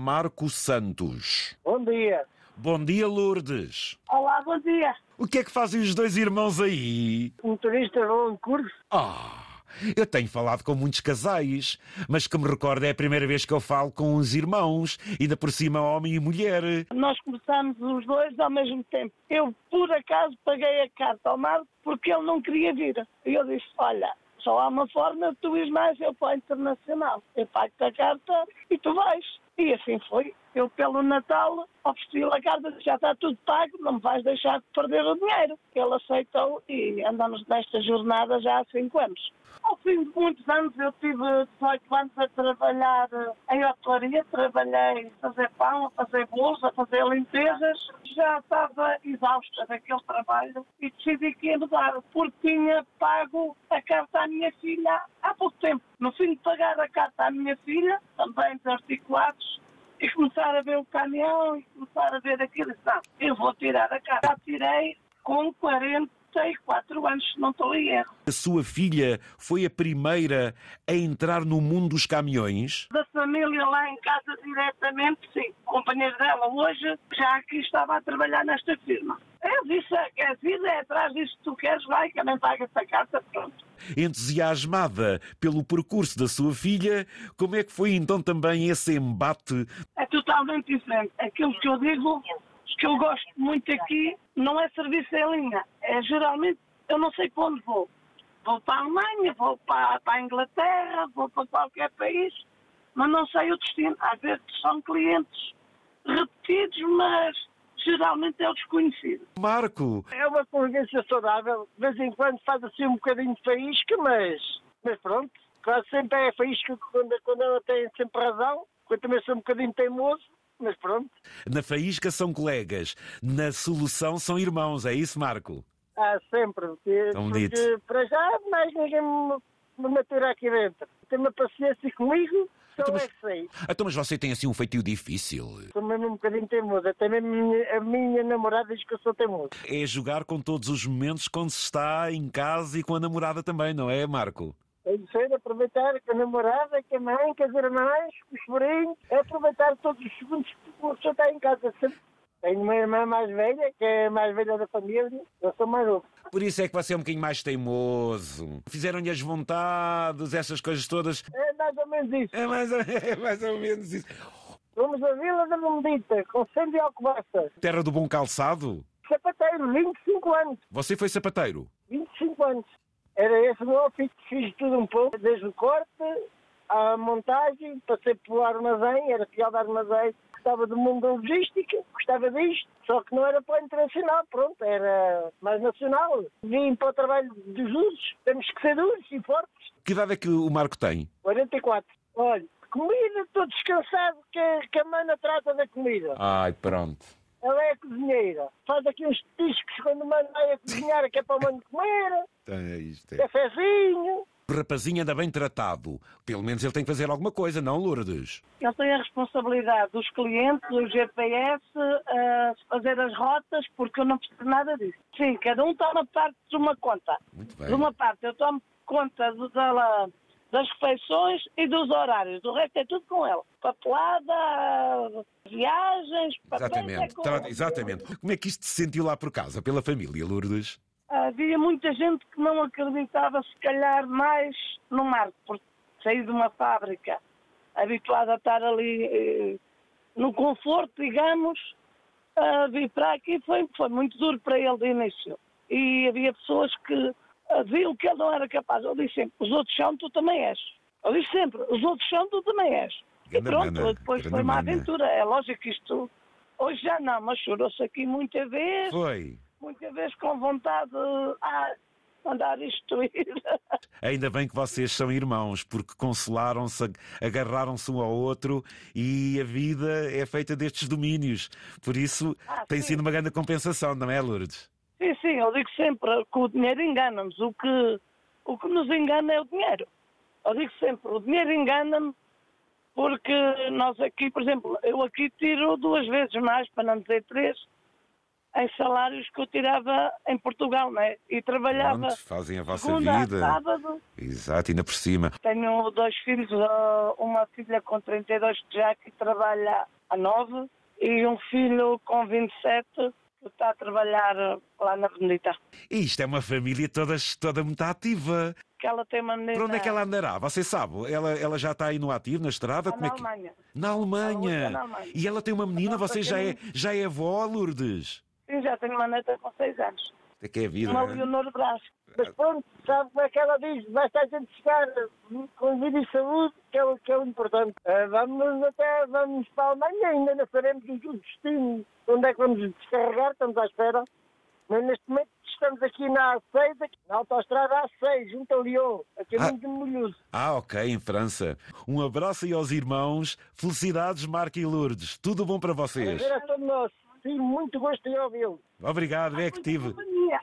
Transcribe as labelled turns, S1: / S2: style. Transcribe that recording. S1: Marco Santos.
S2: Bom dia.
S1: Bom dia, Lourdes.
S3: Olá, bom dia.
S1: O que é que fazem os dois irmãos aí?
S2: Motoristas vão de curso?
S1: Ah, eu tenho falado com muitos casais, mas que me recordo é a primeira vez que eu falo com os irmãos, ainda por cima homem e mulher.
S3: Nós começámos os dois ao mesmo tempo. Eu, por acaso, paguei a carta ao Marco porque ele não queria vir. E eu disse, olha, só há uma forma, tu ires mais, eu para o Internacional. Eu pago-te a carta e tu vais. E assim foi. Eu, pelo Natal, ofereci-lhe a carta, disse, já está tudo pago, não me vais deixar de perder o dinheiro. Ele aceitou e andamos nesta jornada já há cinco anos. Ao fim de muitos anos, eu tive 18 anos a trabalhar em hotelaria, trabalhei a fazer pão, a fazer bolos, a fazer limpezas. Já estava exausta daquele trabalho e decidi que ia mudar, porque tinha pago a carta à minha filha há pouco tempo. No fim de pagar a carta à minha filha, também desarticulados, e começar a ver o caminhão e começar a ver aquilo, sabe? Eu vou tirar a carta. Já tirei com 44 anos, se não estou em erro.
S1: A sua filha foi a primeira a entrar no mundo dos caminhões?
S3: da família lá em casa diretamente, sim. Companheiros dela hoje, já aqui estava a trabalhar nesta firma. Eu disse "Ah, que a vida é atrás disso que tu queres, vai, que eu nem paga essa carta, pronto.
S1: Entusiasmada pelo percurso da sua filha, como é que foi então também esse embate?
S3: É totalmente diferente. Aquilo que eu digo, que eu gosto muito aqui, não é serviço em linha. É geralmente, eu não sei para onde vou. Vou para a Alemanha, vou para, para a Inglaterra, vou para qualquer país, mas não sei o destino. Às vezes são clientes repetidos, mas geralmente é o desconhecido.
S1: Marco,
S2: É uma convivência saudável. De vez em quando faz assim um bocadinho de faísca, mas, mas pronto. Quase sempre é faísca quando, quando ela tem sempre razão. Eu também sou um bocadinho teimoso, mas pronto.
S1: na faísca são colegas, na solução são irmãos, é isso, Marco?
S2: Há sempre. Porque,
S1: Tão
S2: porque
S1: dito.
S2: para já mais ninguém me, me matura aqui dentro. Tem uma paciência comigo, só
S1: Então, mas-
S2: é que sei.
S1: Então, mas você tem assim um feitio difícil.
S2: Sou mesmo um bocadinho teimoso. Até mesmo a minha, a minha namorada diz que eu sou teimoso.
S1: É jogar com todos os momentos quando se está em casa e com a namorada também, não é, Marco?
S2: É isso aí, de aproveitar com a namorada, com a mãe, com as irmãs, com os sobrinhos. É aproveitar todos os segundos que uma pessoa está em casa sempre. Tenho uma irmã mais velha, que é a mais velha da família. Eu sou mais novo.
S1: Por isso é que você é um bocadinho mais teimoso. Fizeram-lhe as vontades, essas coisas todas.
S2: É mais ou menos isso.
S1: É mais, ou- é mais ou menos isso.
S2: Vamos à Vila da Mundita, com Sandy Alcobaça.
S1: Terra do Bom Calçado?
S2: Sapateiro, 25 anos.
S1: Você foi sapateiro?
S2: 25 anos. Era esse o meu ofício. Fiz tudo um pouco, desde o corte à montagem, passei pelo armazém, era fiel de armazém. Gostava do mundo da logística, gostava disto, só que não era para o internacional, pronto, era mais nacional. Vim para o trabalho dos usos, temos que ser duros e fortes.
S1: Que idade é que o Marco tem?
S2: 44. Olha, comida, estou descansado que, a- que a mana trata da comida.
S1: Ai, pronto.
S2: Ela é a cozinheira, faz aqui uns petiscos quando a mana vai a cozinhar, que é para a mano comer,
S1: Então é isto.
S2: cafezinho.
S1: O rapazinho anda bem tratado. Pelo menos ele tem que fazer alguma coisa, não, Lourdes?
S3: Ele tem a responsabilidade dos clientes, do GPS, a fazer as rotas, porque eu não percebo nada disso. Sim, cada um toma parte de uma conta.
S1: Muito
S3: De uma parte, eu tomo conta do- dela- das refeições e dos horários. O resto é tudo com ela. Papelada, viagens, papéis,
S1: Exatamente.
S3: é com
S1: Tra-
S3: ela.
S1: Exatamente. Como é que isto se sentiu lá por casa, pela família, Lourdes?
S3: Havia muita gente que não acreditava, se calhar, mais no Marco, por sair de uma fábrica habituada a estar ali eh, no conforto, digamos, a vir para aqui foi, foi muito duro para ele de início. E havia pessoas que ah, viam que ele não era capaz. Eu disse sempre, os outros são, tu também és. Eu disse sempre, os outros são, tu também és. E
S1: Grande
S3: pronto,
S1: mana,
S3: depois
S1: grande
S3: foi uma
S1: mana.
S3: aventura. É lógico que isto... Hoje já não, mas chorou-se aqui muita vez
S1: Foi.
S3: muitas vezes com vontade de ah, mandar isto ir.
S1: Ainda bem que vocês são irmãos, porque consolaram-se, ag- agarraram-se um ao outro e a vida é feita destes domínios. Por isso
S3: Ah,
S1: tem
S3: sim.
S1: sido uma grande compensação, não é, Lourdes?
S3: Sim, sim, eu digo sempre que o dinheiro engana-nos. O que, o que nos engana é o dinheiro. Eu digo sempre, o dinheiro engana-me porque nós aqui, por exemplo, eu aqui tiro duas vezes mais, para não dizer três, em salários que eu tirava em Portugal, né? E trabalhava
S1: Pronto, fazem a vossa
S3: segunda a
S1: vida.
S3: sábado.
S1: Exato, ainda por cima.
S3: Tenho dois filhos, uh, uma filha com 32 que já que trabalha a 9 e um filho com 27 que está a trabalhar uh, lá na Benedita.
S1: E isto é uma família toda, toda muito ativa.
S3: Que ela tem uma menina
S1: Para onde é que ela andará? Você sabe, ela, ela já está aí no ativo, na estrada?
S3: está
S1: como
S3: na
S1: é que...
S3: Alemanha.
S1: Na
S3: Ela
S1: Alemanha.
S3: está na Alemanha.
S1: E ela tem uma menina,
S3: nossa
S1: você já é, já é avó, Lourdes?
S3: Sim, já tenho uma neta com 6 anos.
S1: É que é a vida.
S3: Uma
S1: né?
S3: Leonor Brás.
S2: Mas pronro, sabe como é que ela diz? Basta a gente chegar com vida e saúde, que é o, que é o importante. Ah, vamos até, vamos para a Alemanha, ainda não sabemos o destino. Onde é que vamos descarregar? Estamos à espera. Mas neste momento estamos aqui na A6, aqui na autostrada A6, junto a Lyon, a caminho
S1: Ah.
S2: de Molhoso.
S1: Ah, ok, em França. Um abraço aí aos irmãos. Felicidades, Marco e Lourdes. Tudo bom para vocês.
S2: Prazer é todo nosso. Sim, muito gosto em ouvi-lo.
S3: Ah,
S1: Obrigado, é que tive.
S3: Companhia.